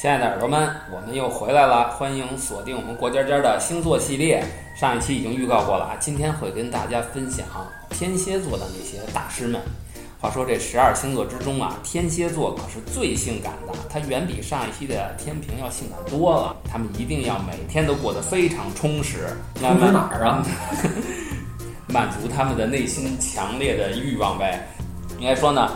亲爱的耳朵们，我们又回来了，欢迎锁定我们国尖尖的星座系列。上一期已经预告过了啊，今天会跟大家分享天蝎座的那些大师们。话说这十二星座之中啊，天蝎座可是最性感的，它远比上一期的天平要性感多了。他们一定要每天都过得非常充实，那充实么哪儿啊？满足他们的内心强烈的欲望呗。应该说呢，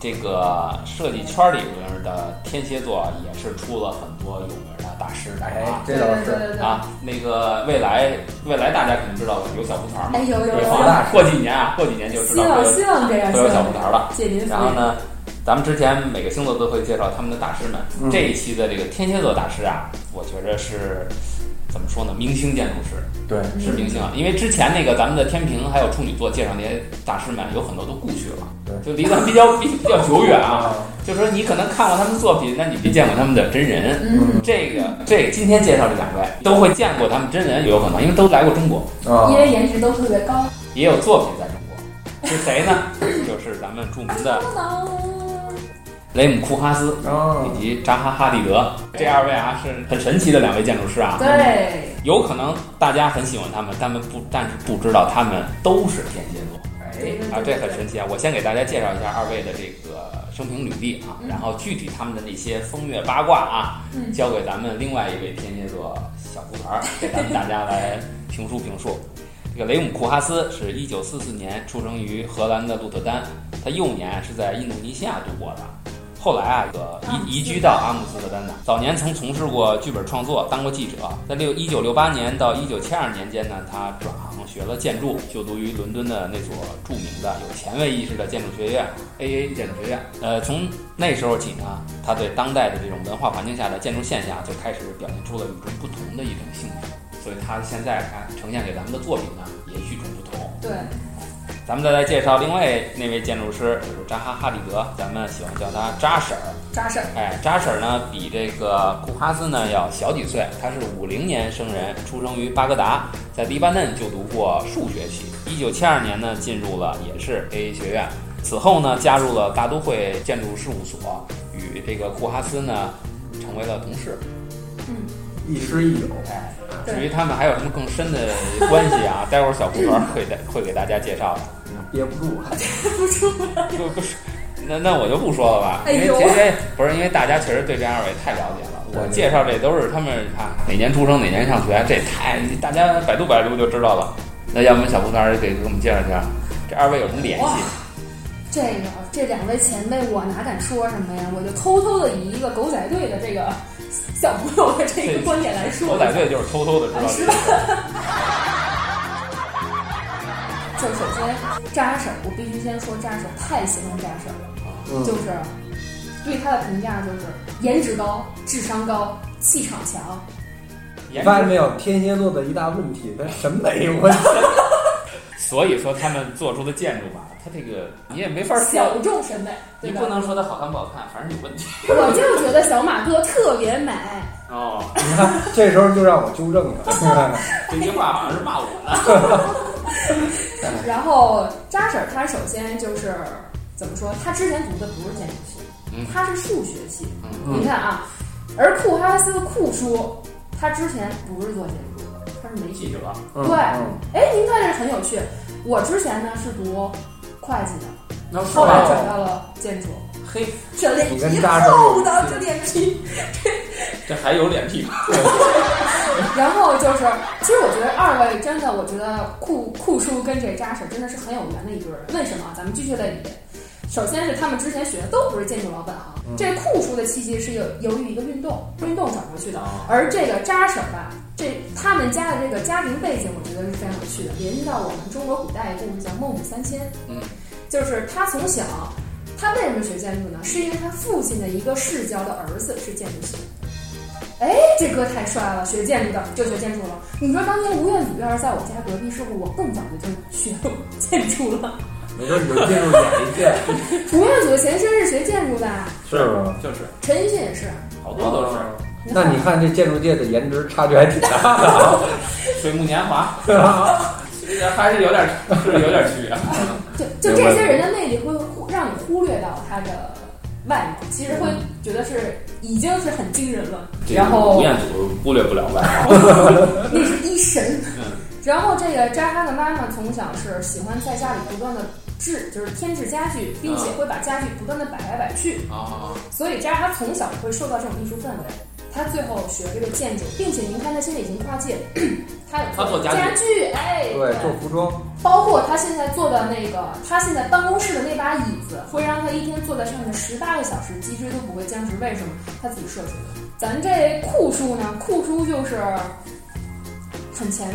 这个设计圈里边的天蝎座也是出了很多有名的大师的哎啊，。这倒对是对对啊，那个未来，未来大家肯定知道有小蒲团嘛哎，，有有对有好有，大师过几年啊，过几年就知希道望会有希望这样，希会有小望蒲这团样了。借您福然后音。呢，咱们之前每个星座都会介绍他们的大师们。嗯这一期的这个天蝎座大师啊，我觉着是怎么说呢？明星建筑师对，是嗯明星啊，因为之前那个咱们的天平还有处女座介绍那些大师们，有很多都故去了，就离咱们比较比比较嗯哦久远啊。就说你可能看过他们作品，但你没见过他们的真人。嗯，这个这今天介绍这两位都会见过他们真人，有可能因为都来过中国，啊因，为颜值都特别高。也有作品在中国。是谁呢？就是咱们著名的雷姆库哈斯。啊，以及扎哈哈蒂德这二位啊，是很神奇的两位建筑师啊。对，有可能大家很喜欢他们，他们不，但是不知道他们都是天蝎座哎，啊，这很神奇啊！我先给大家介绍一下二位的这个生平履历啊，嗯然后具体他们的那些风月八卦啊，嗯交给咱们另外一位天蝎座小胡团儿，给咱们大家来评述评述。这个雷姆库哈斯是一九四四年出生于荷兰的鹿特丹，他幼年是在印度尼西亚度过的。后来啊，这个阿姆斯移移居到阿姆斯特丹的。早年曾从事过剧本创作，当过记者。在六一九六八年到一九七二年间呢，他转行学了建筑，就读于伦敦的那所著名的有前卫意识的建筑学院 （AA 建筑学院）。呃，从那时候起呢，他对当代的这种文化环境下的建筑现象就开始表现出了与众不同的一种兴趣。所以他现在啊呈现给咱们的作品呢，也与众不同。对，咱们再来介绍另外那位建筑师，就是扎哈哈里德，咱们喜欢叫他扎婶儿。扎事儿。哎，扎婶儿呢比这个库哈斯呢要小几岁，他是五零年生人，出生于巴格达，在黎巴嫩就读过数学系。一九七二年呢进入了也是 AA 学院，此后呢加入了大都会建筑事务所，与这个库哈斯呢成为了同事。亦师亦友，哎，对至于他们还有什么更深的关系啊， 待会儿小胡团儿会带会给大家介绍的。憋不住啊， 不不是，那那我就不说了吧，哎因为呦这些不是因为大家确实对这二位太了解了。对我对介绍这都是他们啊哪年出生哪年上学，这太大家百度百度就知道了。那要不小布团给给我们介绍介绍，这二位有什么联系哇？这个这两位前辈，我哪敢说什么呀？我就偷偷的以一个狗仔队的这个小朋友的这个观点来说，啊狗仔队就是偷偷的知道这个事儿， 就首先扎婶儿，我必须先说扎婶儿，太喜欢扎婶儿了，嗯 就是对他的评价就是颜值高、智商高、气场强，你颜发现值。没有？天蝎座的一大问题，跟 审美有关系。所以说他们做出的建筑吧，它这个你也没法说，小众审美，你对不吧？能说它好看不好看，反正有问 题。我就觉得小马哥特别美，哦，你看，这时候就让我纠正啊了。这句话好像是骂我呢。然后扎婶儿她首先就是怎么说？她之前读的不是建筑嗯系，她是数学系。嗯你看啊，而库哈斯库叔，他之前不是做建筑的，他是媒体。记 者，嗯对嗯哎，您看这很有趣。我之前呢是读会计的，那后说来哦来转到了建筑。哦嘿，这脸你跟皮扎婶儿厚到这脸皮，这还有脸皮吗？ 然后就是，其实我觉得二位真的，我觉得库库叔跟这扎婶真的是很有缘的一对儿。为什么？咱们继续类比。首先是他们之前学的都不是建筑老本行，这库叔的契机是由由于一个运动运动转过去的，哦而这个扎婶儿吧，这他们家的这个家庭背景，我觉得是非常有趣的，联系到我们中国古代一个故事叫孟母三迁。嗯，就是他从小，他为什么学建筑呢？是因为他父亲的一个世交的儿子是建筑系。哎，这哥太帅了，学建筑的就学建筑了。你说当年吴彦祖要是在我家隔壁，是不是我更早就就学 建筑了？嗯没准你就进入演艺界，吴彦祖的前身是学建筑的，是吗？哦就是陈奕迅也是。啊好多都是。那你看这建筑界的颜值差距还 挺大的。水木年华， 还是有点是有点区别。就就这些人的魅力会忽让你忽略到他的外貌，其实会觉得是已经是很惊人了。这个然后吴彦祖忽略不了外貌，那是一神。嗯然后这个扎哈的妈妈从小是喜欢在家里不断的制，就是添置家具，并且会把家具不断的摆来摆去，啊，所以扎哈从小会受到这种艺术氛围。他最后学这个建筑，并且您看他现在已经跨界， 他他有做家具家具，哎，对，做服装，包括他现在坐的那个，他现在办公室的那把椅子，会让他一天坐在上面十八个小时，脊椎都不会僵直。为什么？他自己设计的。咱这酷叔呢，酷叔就是很前卫，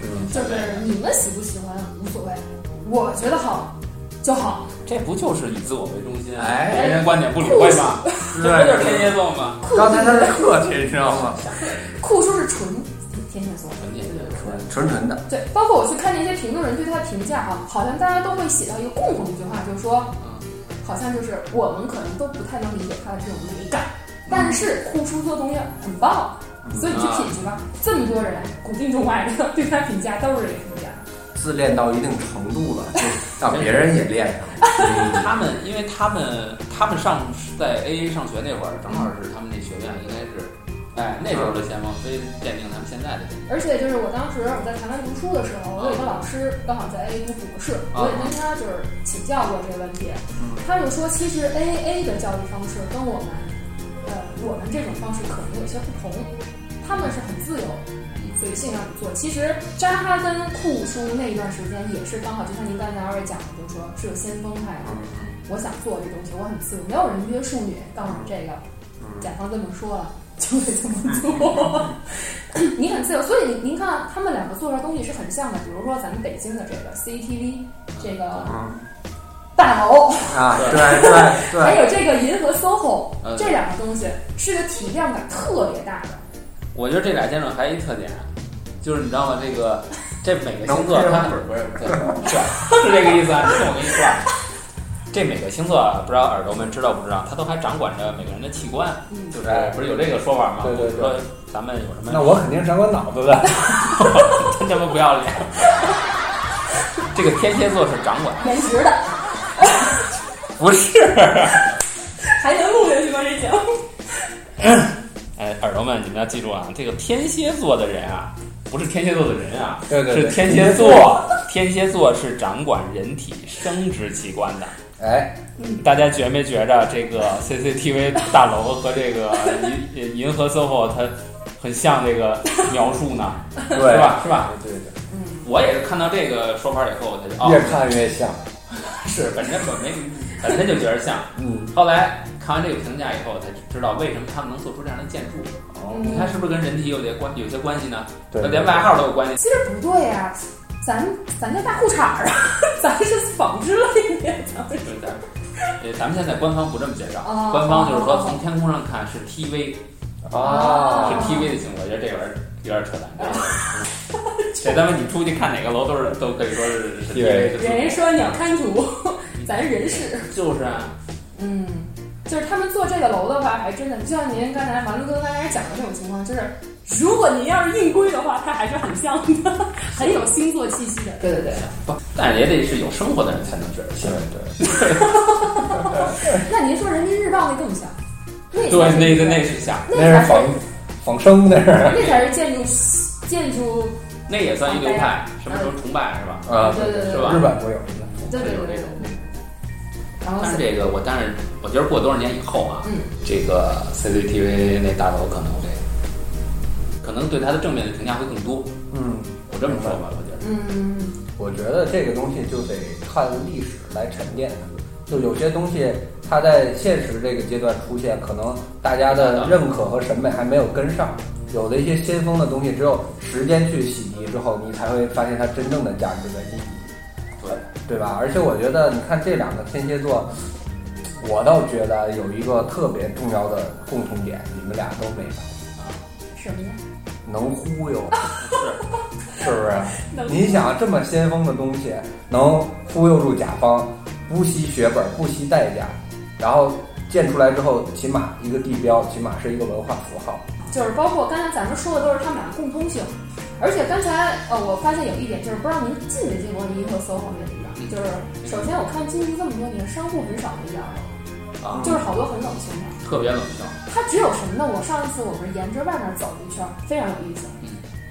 嗯，就是你们喜不喜欢无所谓，我觉得好就好。这不就是以自我为中心，哎别人观点不理会吗？这不就是天蝎座吗？酷刚才他是客气，你知道吗？酷叔是纯天蝎座，纯天蝎对 座纯纯的，对，包括我去看那些评论人对他的评价哈，好像大家都会写到一个共同一句话，就是说，好像就是我们可能都不太能理解他的这种美感，但是酷叔做东西很棒，所以你去品去吧。这么多人，古今中外的对他评价都是这个评价。自恋到一定程度了，就让别人也恋 上。他们，因为他们他们上在 AA 上学那会儿，正好是他们那学院应该是，哎，那时候的钱王菲奠定咱们现在的这个。而且就是我当时我在台湾读书的时候，我有一个老师刚好在 AA 读博士，我也跟他就是请教过这个问题，他就说其实 AA 的教育方式跟我们，呃，我们这种方式可能有些不同，他们是很自由。随性让你做。其实扎哈跟库叔那一段时间也是刚好，就像您刚才二位讲的，就是说是有先锋派的，我想做这东西，我很自由，没有人约束你，告诉你这个，嗯甲方这么说了，就得这么做。嗯 你很自由，所以您您看他们两个做出来东西是很像的，比如说咱们北京的这个 CCTV 这个嗯大楼，啊，对对还对，有这个银河 SOHO 嗯这两个东西是个体量感特别大的。我觉得这俩建筑还有一特点，就是你知道吗？这 个这每个星座能吃它吗不是对是是这个意思啊？你听我跟你说啊，这每个星座啊，不知道耳朵们知道不知道，它都还掌管着每个人的器官，嗯就是哎不是有这个说法吗？对对对我说咱们有什么那我肯定上我脑子的。真他妈不要脸。这个天蝎座是掌管，颜值的，不是。还能录下去吗？这节目？哎，耳朵们，你们要记住啊，这个天蝎座的人啊，不是天蝎座的人啊，对对对是天蝎座。天蝎座是掌管人体生殖器官的。哎，大家觉没觉着这个 CCTV 大楼和这个银银河 SOHO 它很像这个描述呢？ 对，是吧？是吧？对对我也是看到这个说法以后，我才对，越哦，看越像。是本身本没本身就觉得像。嗯，后来看完这个评价以后，我才知道为什么他们能做出这样的建筑。嗯哦，你看是不是跟人体有些关有些关系呢？对，嗯连外号都有关系。其实不对呀、咱咱这大裤衩儿啊， 咱是纺织类的，咱们就是咱们，呃，咱们现在官方不这么介绍，哦哦官方就是说从天空上看是 TV，、啊是，TV 的星座，我觉得这玩意儿有点扯淡。嗯这他妈你出去看哪个楼都是都可以说是是的星 TV 座人家说鸟瞰图，咱人事，就是啊，嗯，就是他们做这个楼的话，还真的就像您刚才王璐跟大家讲的这种情况，就是如果您要是硬归的话，它还是很像的，很有星座气息的。对对对，不，但是也得是有生活的人才能觉得像对。对，那您说人民日报那更像，那对，才是那个那是像，那那才是仿仿生，那是那才是建筑建筑，那也算一流派，什么时候崇拜是吧？啊，对对对是对吧日本不有对对有对这对种。。然后但是这个我，但是我觉得过多少年以后啊，嗯这个 CCTV 那大楼可能会，可能对它的正面的评价会更多。嗯，我这么说吧，我觉得嗯。我觉得这个东西就得看历史来沉淀它，就有些东西它在现实这个阶段出现，可能大家的认可和审美还没有跟上，有的一些先锋的东西，只有时间去洗涤之后，你才会发现它真正的价值在意义，对。对吧？而且我觉得，你看这两个天蝎座，我倒觉得有一个特别重要的共同点，你们俩都没有，什么呀？能忽悠。是，是不是能？你想这么先锋的东西，能忽悠住甲方，不惜血本，不惜代价，然后建出来之后，起码一个地标，起码是一个文化符号。就是包括刚才咱们说的都是他们俩共通性，而且刚才呃我发现有一点就是不知道您进没进过银河 SOHO 那里边儿，就是首先我看进去这么多年，商户很少的一二楼，啊，就是好多很冷清的。特别冷笑。它只有什么呢？我上一次我不是沿着外面走了一圈，非常有意思。嗯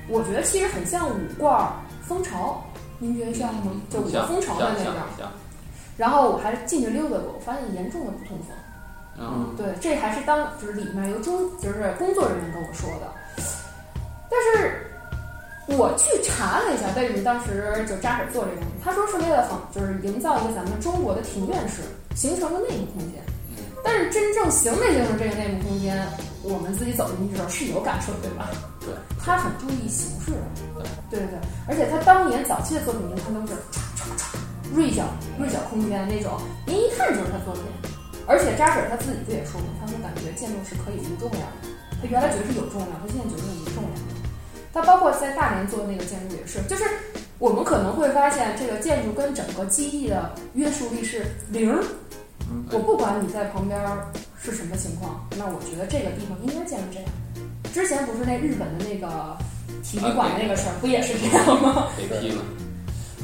我觉得其实很像五罐蜂巢，您觉得像吗？就五个嗯像蜂巢在像那边像儿。像，然后我还进去溜达过，我发现严重的不通风。嗯，对，这还是当就是里面由中就是工作人员跟我说的，但是我去查了一下，为什么当时就扎实做这个东西，他说是为了仿就是营造一个咱们中国的庭院式，形成了内幕空间嗯。但是真正形没形成这个内幕空间，我们自己走进去的时候是有感受，对吧？对，他很注意形式的，对对对，而且他当年早期的作品，你看都是唰唰唰锐角锐角空间那种，您一看就是他作品。而且扎婶他自己就也说过，他说感觉建筑是可以无重量的。他原来觉得是有重量，他现在觉得是无重量的。他包括在大连做那个建筑也是，就是我们可能会发现这个建筑跟整个基地的约束力是零。嗯我不管你在旁边是什么情况，那我觉得这个地方应该建成这样。之前不是那日本的那个体育馆那个事儿，不也是这样吗？被批了。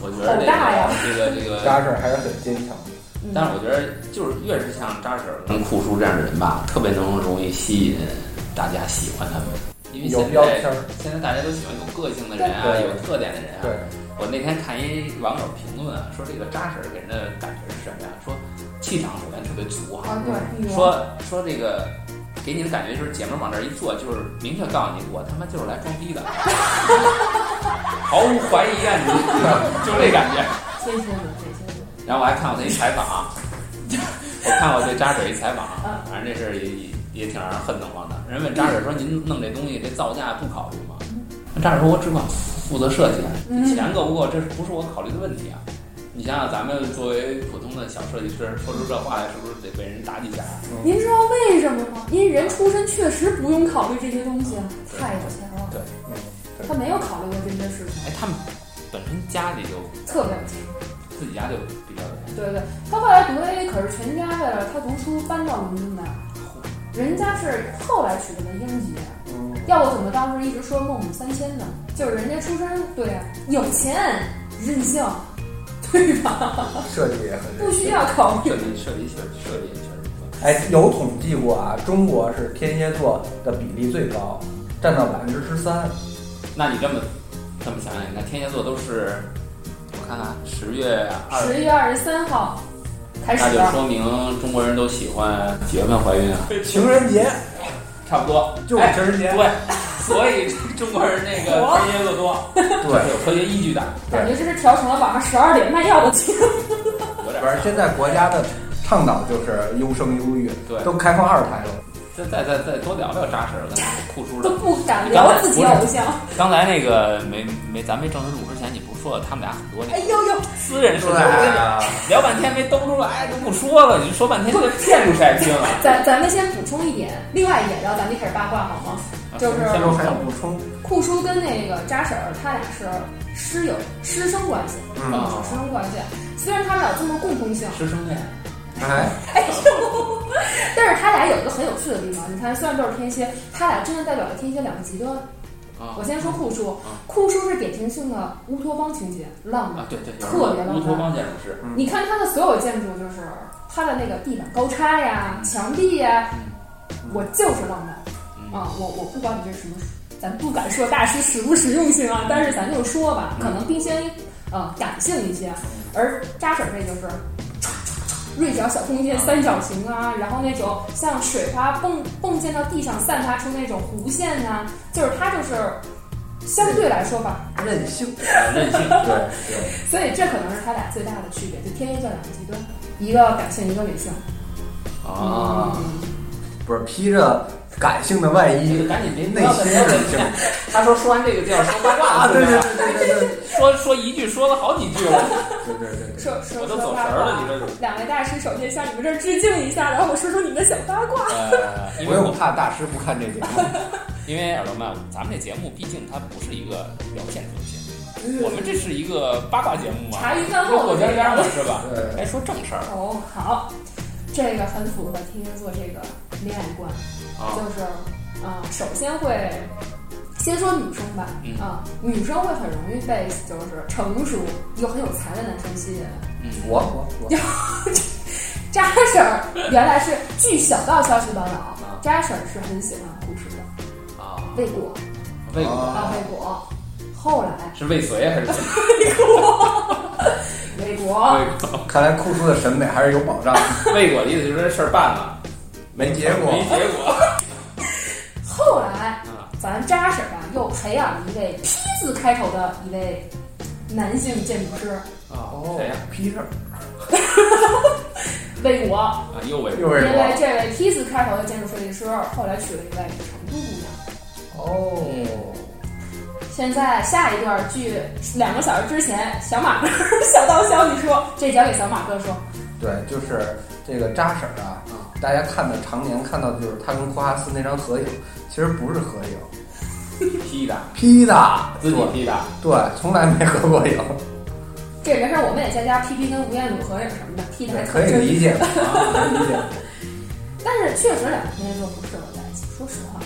我觉得嗯好大呀这个这个这个扎实还是很坚强的。嗯但是我觉得，就是越是像扎婶儿跟酷叔这样的人吧，特别能容易吸引大家喜欢他们，因为有现标在签儿，现在大家都喜欢有个性的人啊，对有特点的人啊。对，我那天看一网友评论啊，说这个扎婶儿给人的感觉是什么呀？说气场首先特别足啊，啊，对，女王说说这个给你的感觉就是姐们儿往这儿一坐，就是明确告诉你，我他妈就是来装逼 的，毫无怀疑啊，你就是这感觉。天蝎座，天蝎座。然后我还看我那一采访啊，我看我对扎水一采访啊，嗯反正这事儿也也也挺让人恨得慌的。人问扎水说：“您弄这东西这造价不考虑吗？”扎水说：“我只管负责设计，嗯钱够不够这不是我考虑的问题啊。”你想想，咱们作为普通的小设计师，说出这话来，是不是得被人打几下？您知道为什么吗？因为人出身确实不用考虑这些东西啊，太有钱了，嗯，他没有考虑过这些事情，哎，他们本身家里就特别有钱。自己家就比较有钱，对对，他后来读的 A 可是全家为了他读书搬到伦敦的，人家是后来娶的文英杰，嗯，要我怎么当时一直说孟母三迁呢？就是人家出身对啊，有钱任性，对吧？设计也很不需要考虑设。计设计确实设计确实不错。哎，有统计过啊，中国是天蝎座的比例最高，占到百分之十三。那你这么这么想想，你看天蝎座都是，我看看十月二十月二十三号开始那就的，说明中国人都喜欢几月份怀孕啊？情人节差不多，就是哎情人节，对，所以中国人那个火天蝎座多，这是对，有科学依据的，感觉这是调成了晚上十二点卖药的情况。有点 反正现在国家的倡导就是优生优育，对。都开放二胎了。再再再再多聊聊扎实跟酷叔都的。不敢聊自己偶像。 刚才那个没没，咱没正式录之前，你不是说他们俩很多那哎呦呦，私人事情，我跟你聊半天没兜出来，就不说了。你说半天就骗出晒听 了。咱咱们先补充一点，另外一点，然后咱们就开始八卦好吗？就是先最后说还有补充，酷叔跟那个扎婶儿，他俩是师友、师生关系，嗯，师生关系。虽然他们俩有这么共通性，师生恋，哎，但是他俩有一个很有趣的地方。你看，虽然都是天蝎，他俩真的代表了天蝎两个极端。啊我先说酷叔嗯，酷叔是典型性的乌托邦情节，浪漫啊，。对对，有特别浪漫乌托邦建筑师。你看他的所有建筑，就是他的那个地板高差呀、墙壁呀嗯，我就是浪漫。嗯啊，我我不管你这是什么，咱不敢说大师实不实用性啊，但是咱就说吧，可嗯能冰鲜呃感性一些，而扎婶这就是。锐角小空间、三角形啊，然后那种像水花迸迸溅到地上，散发出那种弧线呐、就是它就是相对来说吧，任性，啊任性。 对对，所以这可能是它俩最大的区别，就天蝎座两个极端，一个感性，一个理性。啊，嗯不是披着感性的外你衣，赶紧别内心任性他说说完这个就要说八卦啊，了，对对 是吧对对对对说说一句说了好几句了，对对对对，说说我都说走神八儿了，卦你这是。两位大师首先向你们这儿致敬一下，然后我说说你们的小八卦。呃， 因不为用我怕大师不看这节目，因为耳朵们，咱们这节目毕竟它不是一个聊建筑的节目，我们这是一个八卦节目嘛，茶余饭就后过的家这家样嘛，是吧？ 对，该说正事儿哦，好，这个很符合天蝎座这个恋爱观，啊，就是啊、首先会先说女生吧，啊、嗯女生会很容易被就是成熟又很有才的男生吸引。嗯，我我我，扎婶儿原来是据小道消息报道，扎婶儿是很喜欢故事的，啊，魏国魏国啊啊魏国，后来是未遂还是怎么魏国看来酷叔的审美还是有保障，未果的意思就是这事儿办了， 没结果。没结果。后来啊咱扎婶儿啊又培养了一位 P 字开头的一位男性建筑师，哦，谁呀？ ？Peter，魏国啊，又未又因是为我。这位 T 字开头的建筑设计师，后来娶了一位成都姑娘。哦，现在下一段剧两个小时之前，小马哥 小道消息说，这交给小马哥说。对，就是这个扎婶儿啊嗯，大家看的常年看到的就是他跟库哈斯那张合影，其实不是合影，批的， P 的，自己批的。对，从来没合过影，这没事儿，我们也在家 P P 跟吴彦祖合影什么的，P 的还可以 真理解，啊可以理解。但是确实两个天就不适合在一起。说实话，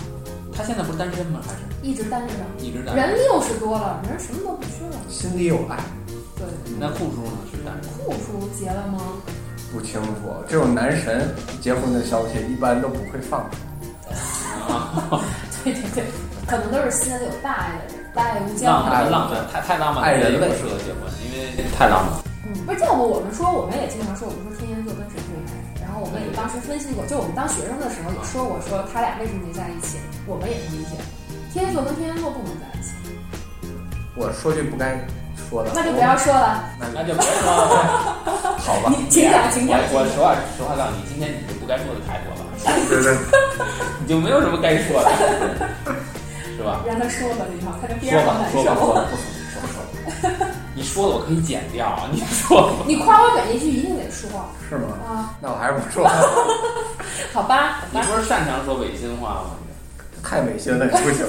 他现在不是单身吗？还是一直单着呢。一直单人身？六十多了，人什么都不是了。心里有爱，对，那酷叔呢？是单身。酷叔结了吗？ 不清楚。这种男神结婚的消息一般都不会放出来。对对对，可能都是心里有大爱的人，大爱无疆浪的。漫，浪漫，太太浪漫了，爱人不类适合结婚，因为 太浪漫了。嗯，不是，要不我们说，我们也经常说，我们说天蝎座跟水瓶人，然后我们也当时分析过，就我们当学生的时候也说过，说他俩为什么没在一起，我们也能理解，天蝎座跟天蝎座不能在一起，我说句不该说的，那就不要说了，那那就别说了。 就好吧。你请讲，请讲，我我实话实话告诉你，今天你就不该说的太多了，对对，你就没有什么该说的，是吧？让他说吧，你好，他就憋说着吧好，难说吧，说受。吧，不说不说不说。你说的我可以剪掉啊，你说吧。你夸我每一句一定得说是吗？啊，那我还是不 说了，好吧，好你吧，不是擅长说违心话吗？太违心了，不行。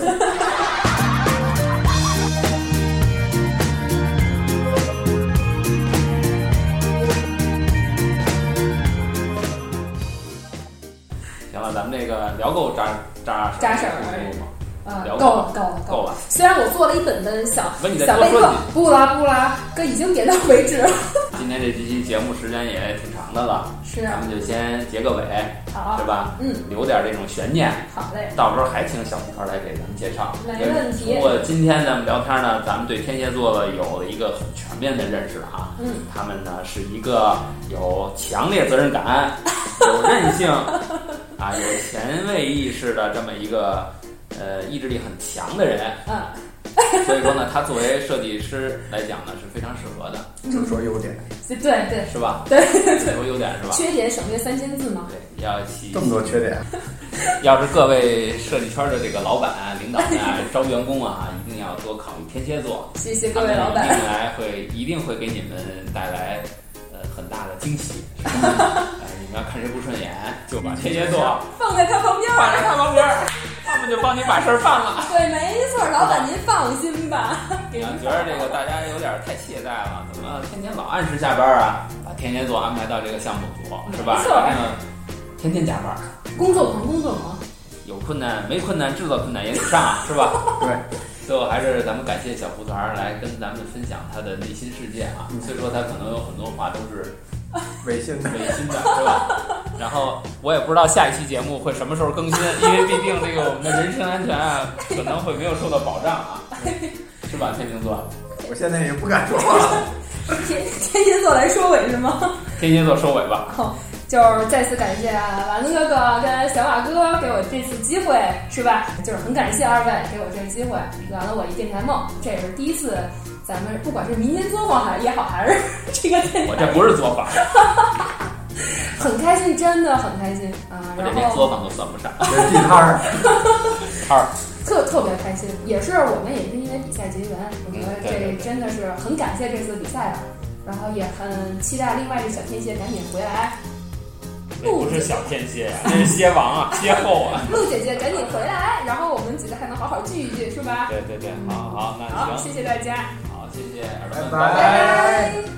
行了，咱们这个聊够扎扎实扎实了吗？啊，聊够吧了，够了，够了。了。虽然我做了一本本小不是你再小多备说课几句，不啦不啦，哥已经点到为止了。今天这期节目时间也挺长的了，是，啊咱们就先结个尾，好对，吧？嗯，留点这种悬念，好嘞，到时候还请小皮团来给咱们介绍。没问题通过今天咱们聊天呢，咱们对天蝎座的有了一个很全面的认识啊。嗯。他们呢是一个有强烈责任感、有韧性啊、有前卫意识的这么一个呃意志力很强的人。嗯。所以说呢，他作为设计师来讲呢是非常适合的， 就说优点，对对对，是吧？对，有优点是吧？缺点省略三千字嘛。对，要细这么多缺点，要是各位设计圈的这个老板啊、领导们啊、招员工啊，一定要多考虑天蝎座，谢谢他 各们位老一板，定来会一定会给你们带来呃很大的惊喜。是吧哎，你们要看谁不顺眼，就嗯把天蝎座放在他旁边放在儿。他旁边 儿，他们就帮你把事儿办了。对，没错，老板您放心吧。你要觉得这个大家有点太懈怠了，怎么天天老按时下班儿啊？把天蝎座安排到这个项目组是吧？没错然后呢天天加班儿， 工作狂，工作狂，有困难没困难制造困难也得上 啊，是吧？对，最后还是咱们感谢小蒲团儿来跟咱们分享他的内心世界啊，虽说他可能有很多话都是违心的。违心的，是 吧？然后我也不知道下一期节目会什么时候更新，因为毕竟这个我们的人身安全啊，可能会没有受到保障 啊，是吧？天秤座，我现在也不敢说话了。 天天蝎座来收尾是吗？天蝎座收尾吧。 就是再次感谢啊丸子哥哥跟小马哥给我这次机会，是吧？就是很感谢二位给我这个机会，圆了我一电台梦。这也是第一次，咱们不管是民间作坊还也好，还是 这个电我台，这不是 作坊，很开心，真的很开心啊。我这然连后作坊都算不上。这地摊儿，二，特特别开心，也是我们也是因为比赛结缘，我觉得嗯对对这对真的是很感谢这次比赛了，啊然后也很期待另外一个小天蝎赶紧回来，那不是小天蝎呀、啊，这是蝎王啊，蝎后啊。陆姐姐赶紧回来，然后我们几个还能好好聚一聚，是吧？对对对，好好，那好，嗯行，谢谢大家，好，谢谢耳朵们，拜拜拜拜